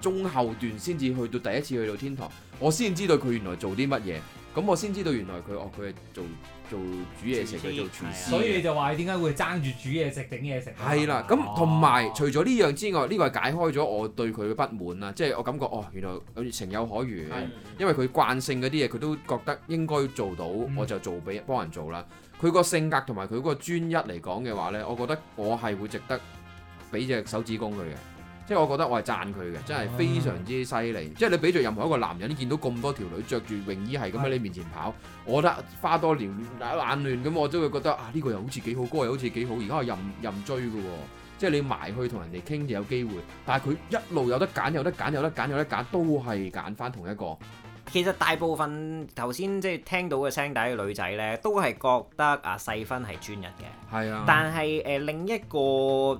S7: 中後段先至去到第一次去到天堂，我先知道佢原來做啲乜嘢，咁我先知道原來佢哦佢係做做煮嘢食，
S2: 廚師
S7: 佢做廚師嘅，
S8: 所以你就話點解會爭住煮嘢食、整嘢食啊嘛？
S7: 係啦，咁同埋除咗呢樣之外，呢個係解開咗我對佢嘅不滿啦，即係我感覺哦，原來好似情有可原，因為佢慣性嗰啲嘢佢都覺得應該做到，
S8: 嗯
S7: 我就做俾幫人做啦。佢個性格同埋佢嗰個專一嚟講嘅話呢，我覺得我係會值得俾隻手指公佢嘅，即係我覺得我係讚佢嘅，真係非常之犀利。即係你俾著任何一個男人，你見到咁多條女着住泳衣係咁喺你面前跑，我覺得花多撩眼亂咁，我都會覺得啊呢、個又好似幾好，嗰、個又好似幾好，而家我任任追嘅喎。即係你埋去同人哋傾就有機會，但係佢一路有得揀，有得揀，有得揀，有得揀，都係揀翻同一個。
S2: 其實大部分頭先即係聽到嘅聲底嘅女仔咧，都係覺得啊細分係專一嘅，
S7: 係啊。
S2: 但係誒、呃另一個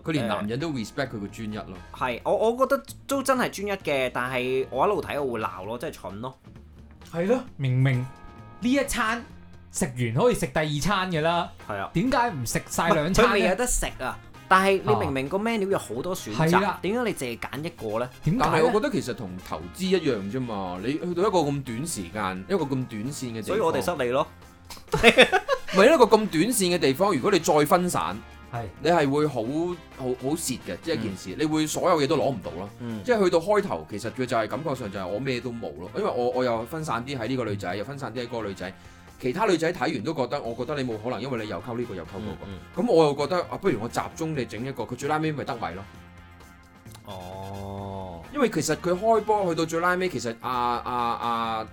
S7: 佢連
S2: 呃
S7: 男人都 respect 佢個專一咯，
S2: 係我我覺得都真係專一嘅，但係我一路睇我會鬧咯，真係蠢咯。
S8: 係咯，明明呢一餐食完可以食第二餐嘅啦，
S2: 係啊，
S8: 點解唔食晒
S2: 唔
S8: 兩
S2: 係佢
S8: 餐
S2: 未有
S8: 咧？
S2: 得食啊！但係你
S8: 啊
S2: 明明個 menu 有好多選
S8: 係啦
S2: 擇，點解你淨係揀一個呢？
S8: 點
S7: 但
S8: 解
S7: 係我
S8: 咧
S7: 覺？得其實同投資一樣啫嘛。你去到一個咁短時間，一個咁短線嘅地方，
S2: 所以我哋失利咯。
S7: 唔係一個咁短線嘅地方。如果你再分散，
S8: 係
S7: 你係會好好好蝕嘅，即係一件事，你會所有嘢都攞唔到咯。
S2: 嗯，
S7: 即係去到開頭，其實佢就係感覺上就係我咩都冇咯，因為我我又分散啲喺呢個女仔，又分散啲喺嗰個女仔。其他女仔睇完都覺得，我覺得你冇可能，因為你又溝呢個又溝嗰
S2: 嗯
S7: 個。咁我又覺得啊，不如我集中你整一個，佢最拉尾咪得米咯。
S2: 哦，
S7: 因為其實佢開波去到最拉尾，其實阿阿阿誒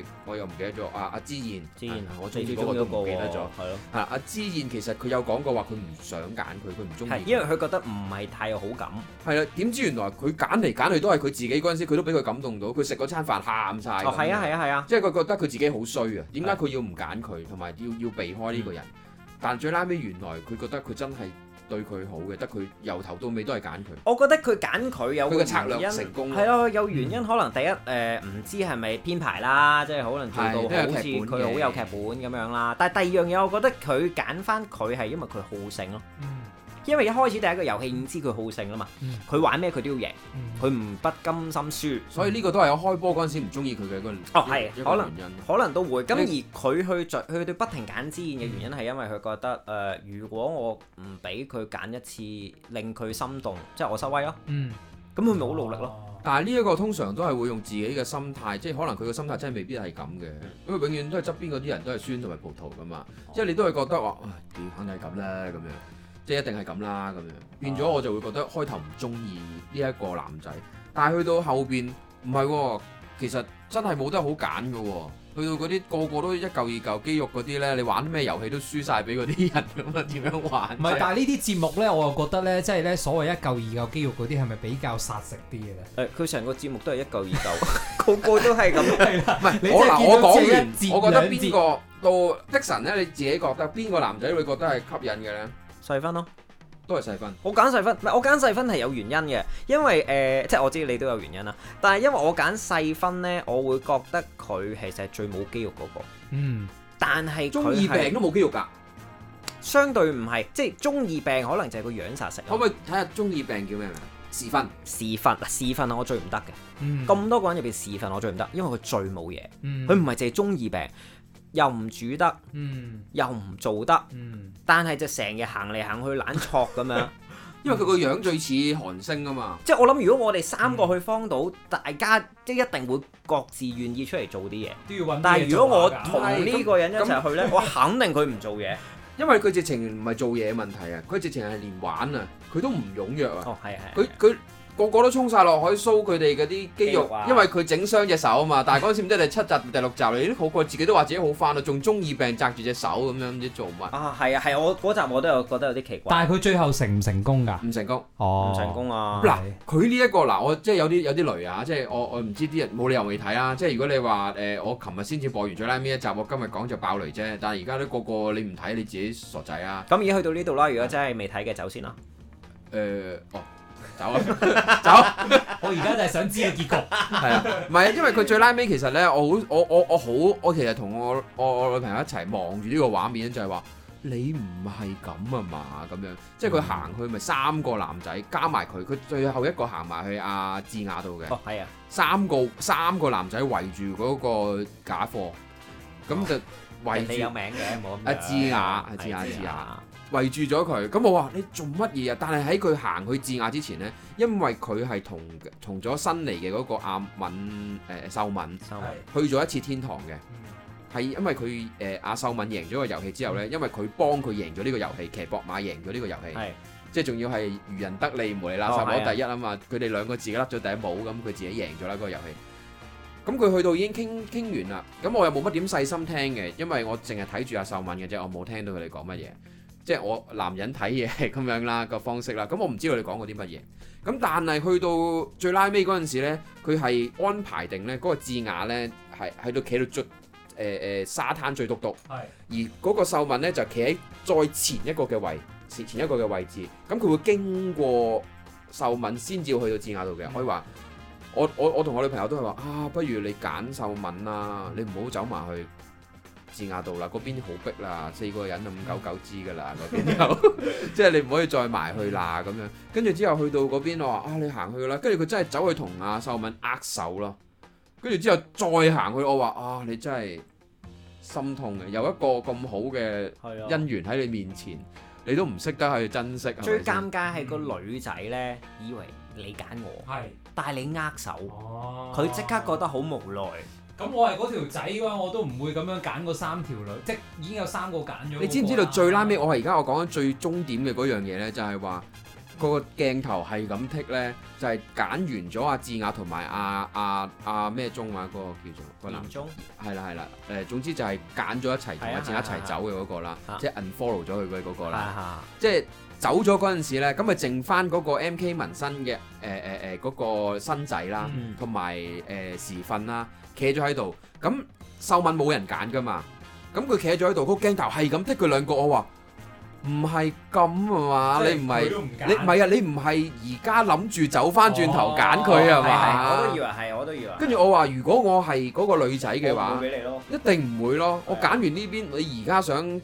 S7: 誒，我又唔記得咗阿阿之燕，
S2: 之前
S7: 啊我中
S2: 最
S7: 意
S2: 中
S7: 嗰個
S2: 意
S7: 都
S2: 嗰個
S7: 唔記得
S2: 喎
S7: 咗。
S2: 係咯，
S7: 係啦阿之燕其實佢有講過話，佢唔想揀佢，佢唔中意
S2: 係
S7: 佢。
S2: 因為佢覺得唔係太有好感。
S7: 係啦，點知原來佢揀嚟揀去都係佢自己嗰陣時，佢都俾佢感動到，佢食嗰餐飯喊晒。
S2: 哦，係啊，係啊，係啊。
S7: 即係佢覺得佢自己好衰啊，點解佢要唔揀佢，同埋要要避開呢
S2: 嗯
S7: 個人？但最拉尾原來佢覺得佢真係對佢好嘅，得佢由頭到尾都係揀佢。
S2: 我覺得佢揀佢有
S7: 佢
S2: 個
S7: 嘅策略
S2: 原因
S7: 成功咯啊嗯
S2: 係咯，有原因可能第一誒呃唔、知係咪編排啦，即係可能做
S7: 係都
S2: 到
S7: 有
S2: 好似
S7: 劇
S2: 佢
S7: 本嘅
S2: 好有劇本咁樣啦。但係第二樣嘢，我覺得佢揀翻佢係因為佢好勝咯，
S8: 嗯
S2: 因為一開始第一個遊戲已知佢好勝啦嘛
S8: 嗯，
S2: 佢、玩咩佢都要贏，
S8: 嗯
S2: 佢唔不甘心輸，
S7: 所以呢個都係我開波嗰陣時唔中意佢嘅一個
S2: 哦係
S7: 一個
S2: 可能
S7: 原因。
S2: 可能都會。咁
S7: 你
S2: 而佢去著佢對不停揀之言嘅原因係因為佢覺得誒、呃如果我唔俾佢揀一次令佢心動，即係我失威咯，
S8: 嗯，
S2: 咁佢咪好努力咯。
S8: 咯。
S7: 但係呢一個通常都係會用自己嘅心態，即係可能佢嘅心態真係未必係咁嘅，
S2: 嗯
S7: 因為永遠都係側邊嗰啲人都係酸同埋葡萄噶嘛，
S2: 哦
S7: 即係你都係覺得話，唉，屌肯定係咁啦咁樣，即係一定係咁啦咁樣，變
S2: 哦
S7: 咗我就會覺得開頭唔中意呢一個男仔，但係去到後邊唔係喎，其實真係冇得好揀嘅喎。去到嗰啲個個都一嚿二嚿肌肉嗰啲呢，你玩咩遊戲都輸晒俾嗰啲人咁啊，點樣玩啫？
S8: 唔係，但係呢啲節目咧，我又覺得咧，即係咧所謂一嚿二嚿肌肉嗰啲，係咪比較殺食啲嘅咧？
S2: 誒，佢成個節目都係一嚿 [LAUGHS] 二嚿，個個都係咁。
S8: 係啦，
S7: 唔係
S8: 你
S7: 我
S8: 真係
S7: 嗱，
S8: 見
S7: 我
S8: 到
S7: 講
S8: 只
S7: 完
S8: 係一，節
S7: 我覺得
S8: 兩
S7: 邊個到的神咧？你自己覺得邊個男仔會覺得係吸引嘅咧？
S2: 細分咯，
S7: 都係細分。
S2: 我揀細分，唔係我揀細分係有原因嘅，因為誒、呃即係我知你都有原因啦。但係因為我揀細分呢，我會覺得佢其實係最冇肌肉嗰、個，
S8: 嗯，
S2: 但係
S7: 中二
S2: 佢係
S7: 病都冇肌肉㗎，
S2: 相對唔係，即係中二病可能就係個樣殺食啊。
S7: 可唔可以睇下中二病叫咩名？試分，
S2: 試訓嗱試訓啊，我最唔得嘅。
S8: 嗯
S2: 咁多個人入邊試訓我最唔得，因為佢最冇嘢，
S8: 嗯
S2: 佢唔係淨係中二病，又唔煮得，
S8: 嗯
S2: 又唔做得，
S8: 嗯
S2: 但係就成日行嚟行去懶錯咁
S8: [LAUGHS]
S2: 樣。
S7: 因為佢個樣最似韓星啊嘛。
S2: 即係我諗，如果我哋三
S8: 嗯
S2: 個去荒島，大家即係一定會各自願意出嚟做啲嘢。
S8: 都要揾。
S2: 但係如果我
S8: 同
S2: 同呢個人一齊去呢，我肯定佢唔做
S8: [LAUGHS] 哦
S2: 嘢。
S7: 因為佢直情唔係做嘢問題啊，佢直情係連玩啊，佢都唔踴躍啊。
S2: 哦，係係。
S7: 佢佢個個都衝晒落海 show 佢哋嗰啲肌
S2: 肌肉
S7: 肉
S2: 啊，
S7: 因為佢整傷隻手啊嘛。但係嗰陣時唔知第七集定第六集你都好過自己都話自己好翻啦，仲中二病擲住隻手咁樣，唔知做乜，
S2: 啊，係啊，係啊我嗰集我都有覺得有啲奇怪，
S8: 但係佢最後成唔成功㗎？
S7: 唔成功。
S2: 唔，
S8: 哦
S2: 成功啊。
S7: 嗱，佢呢一個嗱，我即係有啲有啲雷啊，即係我我唔知啲人冇理由未睇啊。即係如果你話誒、我琴日先至播完最拉尾一集，我今日講就爆雷啫。但係而家都個個你唔睇你自己傻仔啊。
S2: 咁而家去到呢度啦，如果真係未睇嘅，走先啦。
S7: 誒、哦，走啊，走啊。
S8: 我而家就係想知個
S2: [LAUGHS]
S8: 結局。
S7: 係啊，唔係啊，因為佢最拉尾其實咧，我好，我我我好，我其實同我我我女朋友一齊望住呢個畫面，就係話你唔係咁啊嘛，咁樣，即係佢行去咪三個男仔加埋佢，佢最後一個行埋去阿智雅度嘅，
S2: 哦，係啊，
S7: 三個三個男仔圍住嗰個假貨，咁就圍
S2: 哦人哋有
S7: 住
S2: 名嘅，冇咁樣。
S7: 阿智雅阿智雅智雅圍住咗佢，咁我話你做乜嘢啊？但係喺佢行去智雅之前咧，因為佢係同同咗新嚟嘅嗰個阿敏誒、秀敏。
S2: 收埋。
S7: 去咗一次天堂嘅，
S2: 嗯
S7: 係因為佢誒阿秀敏贏咗個遊戲之後呢，因為佢幫佢贏咗呢個遊戲，騎博馬贏咗呢個遊戲，
S2: 係
S7: 即係仲要係漁人得利，無理啦
S2: 哦係
S7: 撒
S2: 啊
S7: 攞第一啊嘛！佢哋兩個自己甩咗第一帽，咁佢自己贏咗啦嗰個遊戲。咁佢去到已經傾傾完啦，咁我又冇乜點細心聽嘅，因為我淨係睇住阿秀敏嘅啫，我冇聽到佢哋講乜嘢。即係我男人睇嘢係咁樣啦個方式啦，咁我唔知道你講過啲乜嘢。咁但係去到最拉尾嗰陣時咧，佢係安排定咧嗰個智雅咧係喺度企到最誒誒、呃沙灘最篤篤，
S8: 係
S7: 而嗰個秀敏咧就企喺再前一個嘅位前前一個嘅位置，咁佢會經過秀敏先至會去到智雅度嘅。可以話我我我同我女朋友都係話啊，不如你揀秀敏啦，你唔好走埋去。智雅度啦，嗰邊好逼啦，四個人就五九九支噶啦，嗰邊就 [LAUGHS] 即係你唔可以再埋去啦咁樣。跟住之後去到嗰邊，我話啊你行去啦，跟住佢真係走去同阿秀敏握手咯。跟住之後再行去，我話啊你真係心痛嘅，有一個咁好嘅
S2: 係啊。
S7: 姻緣喺你面前，你都唔識得去珍惜。係
S2: 最
S7: 咪先
S2: 尷尬係個女仔呢，以為你揀我，
S8: 係
S2: 但係你握手，
S8: 哦
S2: 佢即刻覺得好無奈。
S8: 咁我係嗰條仔嘅話，我都唔會咁樣揀嗰三條女，即係已經有三個揀咗。
S7: 你知唔知道最拉尾？我係而家我講緊最終點嘅嗰樣嘢呢，就係話嗰個鏡頭係咁剔呢，就係、揀完咗阿智雅同埋阿阿阿咩鐘啊，嗰、個叫做嗰個男
S2: 年中
S7: 係啦係啦，誒、總之就係揀咗一齊同阿智雅一齊走嘅嗰個啦
S2: 啊，
S7: 即係 unfollow 咗佢嘅嗰個啦。
S2: 啊
S7: 即係走咗嗰陣時咧，咁咪剩翻嗰個 M.K. 紋身嘅誒誒誒嗰個新仔啦
S8: 嗯，
S7: 同埋誒時分啦，企咗喺度。咁秀敏冇人揀噶嘛，咁佢企咗喺度，個鏡頭係咁剔佢兩個，我話唔係咁啊嘛，你唔係你唔係啊，你唔係而家諗住走翻轉頭揀佢
S2: 係
S7: 啊
S2: 哦係，我都以
S7: 嘛？
S2: 為係，我都以為係。
S7: 跟住我話，如果我係嗰個女仔嘅
S2: 我唔
S7: 話。
S2: 會俾你咯。
S7: 一定唔會咯！我
S2: 係啊
S7: 揀完呢邊，你而家想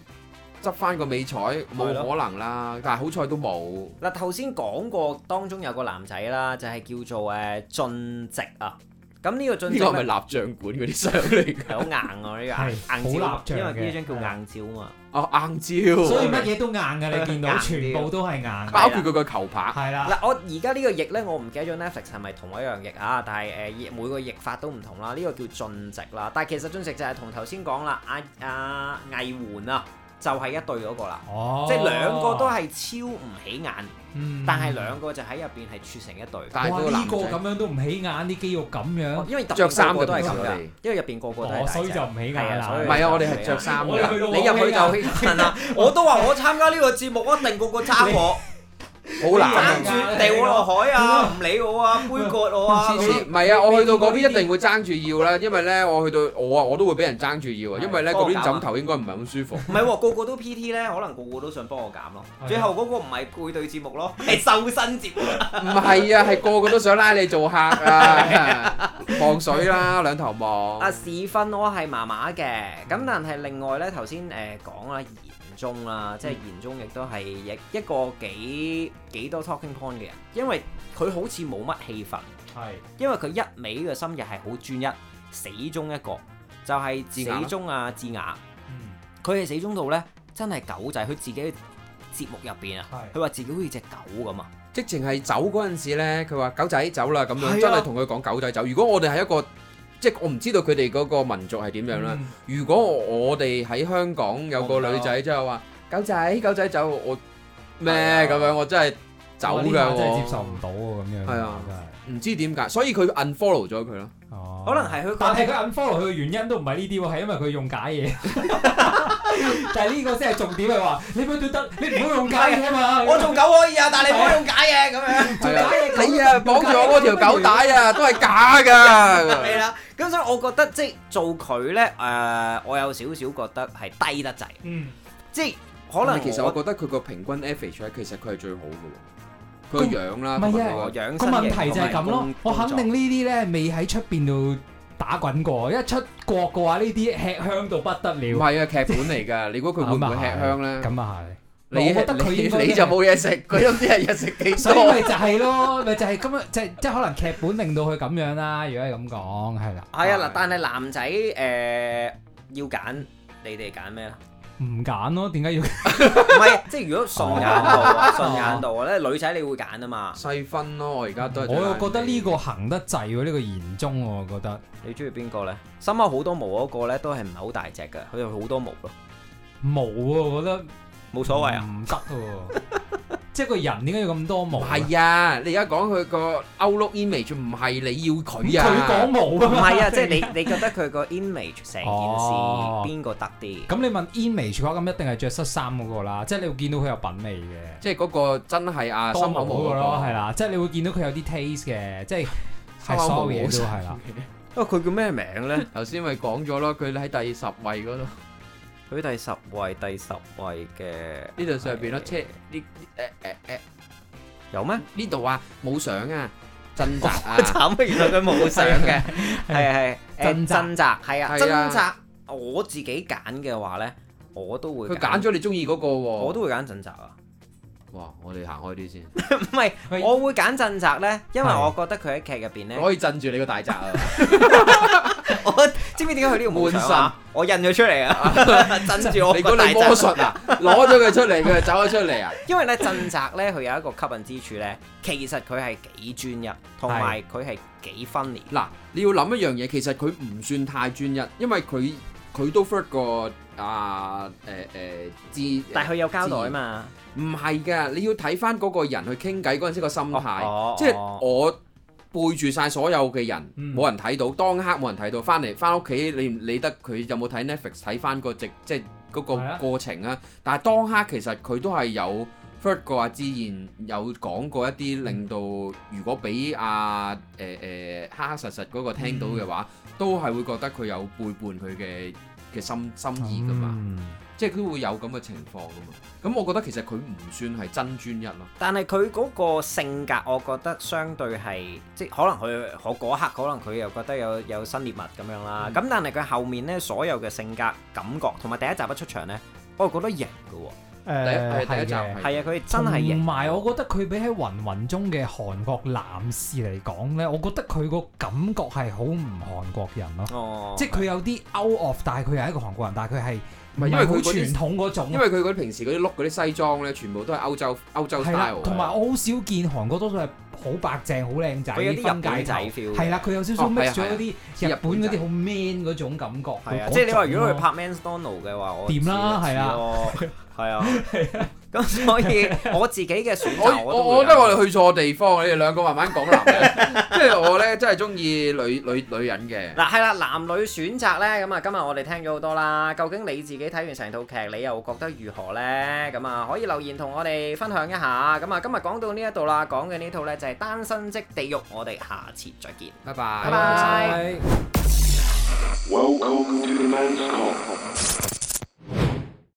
S7: 執翻個美彩，冇
S2: 咯
S7: 可能啦。但係好彩都冇。
S2: 嗱，頭先講過，當中有個男仔啦，就係、叫做誒晉直啊。咁呢個晉
S7: 呢
S2: 直
S7: 個係咪
S2: 呢
S7: 蠟像館嗰啲相嚟
S2: [LAUGHS]
S7: 㗎？
S2: 係好硬喎、呢
S8: 係
S2: 個硬
S8: 好立
S2: 照，
S8: 像
S2: 因為呢
S8: 嘅
S2: 張叫
S8: 係
S2: 硬照啊嘛。
S7: 哦，硬照，
S8: 所以乜嘢都硬嘅，你見
S2: 硬
S8: 到
S2: 啲
S8: 全部都係硬。
S7: 包括佢個球拍。
S8: 係啦，
S2: 嗱，我而家呢個譯呢，我唔記得咗 Netflix 係咪同一樣譯啊，但係誒、呃譯每個譯法都唔同啦。呢、個叫晉直啦，但係其實晉直就係同頭先講啦，阿阿魏媛啊，就係、一對嗰個啦，
S8: 哦，
S2: 即係兩個都係超唔起眼，
S8: 嗯，
S2: 但係兩個就喺入邊係撮成一對。
S7: 但係
S8: 哇
S7: 嗰個
S8: 呢
S7: 男
S8: 個
S7: 仔
S8: 咁樣都唔起眼，啲肌肉咁樣
S2: 哦，因為特別
S7: 着衫
S2: 個個都係
S7: 嘅
S2: 咁
S7: 唔同
S2: 噶
S7: 我哋，
S2: 因為入邊個個都係
S8: 哦，
S2: 大隻
S8: 所以就唔起眼啦
S2: 係啊所以。
S7: 唔係啊，我哋係着衫
S8: 我哋去
S7: 㗎。
S8: 到
S2: 你入去就氣
S8: [LAUGHS]
S2: 憤啦！我都話我參加呢個節目，一定個個揸我，
S7: 好
S2: 爭
S7: 難啊
S2: 住
S7: 㗎。
S2: 掉我落海啊，唔理我啊，杯葛
S8: [LAUGHS]
S2: 我啊！
S8: 黐
S2: 咁
S8: 線
S7: 唔係啊！我去到嗰邊一定會爭住要啦，因為咧我去到我啊，我都會俾人爭住要啊，因為咧
S2: 幫
S7: 嗰
S2: 我
S7: 邊
S2: 搞啊
S7: 枕頭應該唔係咁舒服。
S2: 唔係喎，個個都 PT 咧，可能個個都想幫我減咯
S8: 係。啊
S2: 最後嗰個唔係配對節目咯，係瘦身節目。
S7: 唔係啊，係個個都想拉你做客啊！望水啦，兩頭望。
S2: 啊屎分我係麻麻嘅，
S8: 嗯
S2: 咁但係另外咧頭先誒講啦言中啦，即係
S8: 嗯
S2: 言中亦都係一一個幾幾多 talking point 嘅人，因為佢好似冇乜氣氛，
S8: 係
S2: 因為佢一味嘅心日係好專一，死忠一個就係、
S7: 智雅啦
S2: 死忠啊智雅，
S8: 嗯
S2: 佢係死忠到咧真係狗仔，佢自己嘅節目入邊啊，
S8: 係
S2: 佢話自己好似只狗咁啊，
S7: 直情係走嗰陣時咧，佢話狗仔走啦咁
S2: 係啊
S7: 樣，真係同佢講狗仔走。如果我哋係一個，即係我唔知道佢哋嗰個民族係點樣啦。
S8: 嗯
S7: 如果我哋喺香港有個女仔即係話狗仔狗仔走，我咩
S2: 係啊
S7: 咁樣，我真係走
S8: 哇呢下
S7: 㗎
S8: 真係接受唔
S7: 喎。
S8: 到喎，咁樣
S7: 係啊
S8: 真係
S7: 唔知點解，所以佢 unfollow 咗佢咯。
S8: 哦
S2: 可能係佢
S8: 但係佢 unfollow 佢嘅原因都唔係呢啲喎，係因為佢用假嘢。 [LAUGHS] 但係呢個先係重點，係話你唔好對得，你唔好用假嘢啊
S7: [LAUGHS]
S8: 嘛。
S2: 我做狗可以啊，但係你唔好用解嘅咁樣。
S8: 做假嘢，
S7: 你啊，綁住我嗰條狗帶啊，都係假㗎。
S2: 係啊啦，咁所以我覺得即係做佢咧，誒、我有少少覺得係低得滯，
S8: 嗯，
S2: 即係可能
S7: 啊其實
S2: 我
S7: 我覺得佢個平均 average 咧，其實佢係最好嘅喎。佢個樣啦，同
S8: 唔係啊
S7: 埋佢個
S2: 我養
S8: 個
S2: 生
S8: 問
S2: 型
S8: 題就係咁咯
S2: 同埋工。
S8: 我肯定呢啲咧未喺出邊度打滾過，一出國嘅話呢啲吃香到不得
S7: 唔
S8: 了。
S7: 係啊，劇本嚟㗎。你估佢會唔會吃香咧？
S8: 咁啊係。
S7: 你
S8: 我覺得佢
S7: 你
S8: 應該
S7: 你就冇嘢食，佢都唔知係日食幾
S8: 所以
S7: 多。
S8: 咪就係咯，咪就係咁樣，即係即係可能劇本令到佢咁樣啦。如果係咁講，係啦，
S2: 係啊嗱，但係男仔誒、要揀，你哋揀咩啦？
S8: 唔揀咯，點解
S2: 唔
S8: 要？
S2: 係，即係如果順眼度啊，順眼度啊咧，女仔你會揀啊嘛，
S7: 細分咯，我而家都係。
S8: 我又覺得呢個行得滯喎，呢個言中喎，我覺得
S2: 你中意邊個咧？心口好多毛嗰個咧，都係唔係好大隻嘅，佢有好多毛咯，
S8: 冇喎，我覺得
S2: 冇所謂啊。
S8: 唔
S2: [LAUGHS]
S8: 得喎，即係個人點解要咁多毛
S7: 唔
S8: 啊？
S7: 係啊！你而家講佢個 outlook image 唔係你要佢
S8: 佢
S7: 啊。
S8: 講冇啊
S2: 唔
S8: 嘛，
S2: 係啊，即係你你覺得佢個 image 成件事
S8: 哦
S2: 邊個得啲？
S8: 咁你問 image 嘅話，咁一定係着恤衫嗰個啦，即係你會見到佢有品味嘅，
S7: 即係嗰個真係啊，
S8: 多
S7: 心口
S8: 毛嗰
S7: 冇
S8: 個咯，係
S7: 啦，
S8: 啦，即係你會見到佢有啲 taste 嘅，即係
S7: 心
S8: 係
S7: 口
S8: 所
S7: 冇
S8: 有嘢都係啦。。
S2: 啊，佢叫咩名咧？
S7: [LAUGHS] 頭先咪講咗咯，佢喺第十位嗰度，呢
S2: [LAUGHS] 佢第十位，第十位嘅
S7: 度上邊咯，
S2: 係
S7: 車呢誒誒誒
S2: 有咩？，
S7: 呢度啊冇相啊，震澤
S8: [LAUGHS]
S7: 啊
S2: 慘啊！原來佢冇相嘅，係啊係誒
S8: 掙扎
S2: 掙扎，係啊
S7: 係啊
S2: 掙扎。我自己揀嘅話咧，我都會
S7: 佢揀，咗你中意嗰個喎。
S2: 我都會揀掙扎啊。
S7: 哇！我哋行開啲
S8: [LAUGHS]
S7: 先，
S2: 唔係，
S8: 喂
S2: 我會揀掙扎咧，因為
S8: 係
S2: 我覺得佢喺劇入邊咧，
S7: 可以震住你個大宅啊！
S2: 我知唔知點解佢呢個冇相
S7: 換
S2: 啊？我印咗出嚟啊，震住我
S7: [LAUGHS] 你
S2: 個
S7: 估
S2: 大
S7: 你魔
S2: 陣。
S7: 術啊？攞咗佢出嚟，佢就走咗出嚟啊！
S2: 因為咧掙扎咧，佢有一個吸引之處咧，其實佢係幾專一，同埋佢係幾分裂。
S7: 嗱，你要諗一樣嘢，其實佢唔算太專一，因為佢佢都 f i r 過啊誒誒知，
S2: 但係佢有交代啊嘛，
S7: 唔係㗎，你要睇翻嗰個人去傾偈嗰陣時個心態，
S2: 哦哦
S7: 即係
S2: 哦
S7: 我背住晒所有嘅人，
S8: 嗯
S7: 冇、人睇到，當刻冇人睇到，翻嚟翻屋企你唔理得佢有冇睇 Netflix 睇翻個直即係嗰
S8: 係啊
S7: 個過程啊，但係當刻其實佢都係有。f i r d 過阿之然有講過一啲令到，
S8: 嗯
S7: 如果俾阿誒誒黑黑實實嗰個聽到嘅話，
S8: 嗯
S7: 都係會覺得佢有背叛佢嘅嘅心心意㗎嘛。
S8: 嗯
S7: 即係都會有咁嘅情況噶嘛。咁我覺得其實佢唔算係真專一咯。
S2: 但係佢嗰個性格，我覺得相對係即係可能佢我嗰一刻可能佢又覺得有有新獵物咁樣啦。嗯咁、但係佢後面呢，所有嘅性格感覺同埋第一集一出場呢，我覺得型嘅
S7: 第一
S8: 誒
S7: 係第一集
S8: 嘅
S2: 喎，係啊，佢真係
S8: 同
S2: 型。
S8: 埋我覺得佢比喺芸芸中嘅韓國男士嚟講咧，我覺得佢個感覺係好唔韓國人咯，
S2: 哦，
S8: 即係佢有啲 out of，但係佢係一個韓國人，但係佢係
S7: 唔
S8: 唔
S7: 係因
S8: 係
S7: 為
S8: 好
S7: 佢嗰啲
S8: 傳統嗰種
S7: 因。為佢嗰啲平時嗰啲碌嗰啲西裝咧，全部都係歐洲歐洲
S8: 係啦
S2: 啊
S7: style，，
S8: 同埋我好少見韓國多數係好白淨、好靚仔，
S2: 佢有啲日
S8: 分界
S2: 本仔
S8: 頭
S2: feel 嘅
S8: 係啦，佢有少少
S7: 哦係
S8: mix
S7: 啊
S8: 咗
S7: 係啊
S8: 一啲
S7: 似
S8: 日
S7: 日
S8: 本
S7: 本
S8: 嗰
S7: 仔
S8: 啲好 man 嗰種感覺。
S2: 係啊，
S8: 嗰
S2: 即係你話
S8: 種
S2: 如果佢
S8: 咯
S2: 拍 Man's Donald 嘅話，我
S8: 掂啦
S2: 知
S8: 係啊
S2: 咯，係
S8: [LAUGHS]
S2: 啊，咁所以我自己嘅選擇
S7: 我
S2: 我
S7: 我
S2: 啊都
S7: 我
S2: 會
S7: 覺得
S2: 有
S7: 我哋去錯地方，你哋兩個慢慢講男人，即係我咧真係中意女女女人嘅。
S2: 嗱係啦，男女選擇呢，咁啊，今日我哋聽咗好多啦。究竟你自己睇完成套劇，你又覺得如何呢？咁啊，可以留言同我哋分享一下。咁啊，今日講到呢一度啦，講嘅呢套呢就係《單身即地獄》，我哋下次再見。
S7: 拜
S2: 拜拜
S7: 拜。
S1: Welcome to the man's call.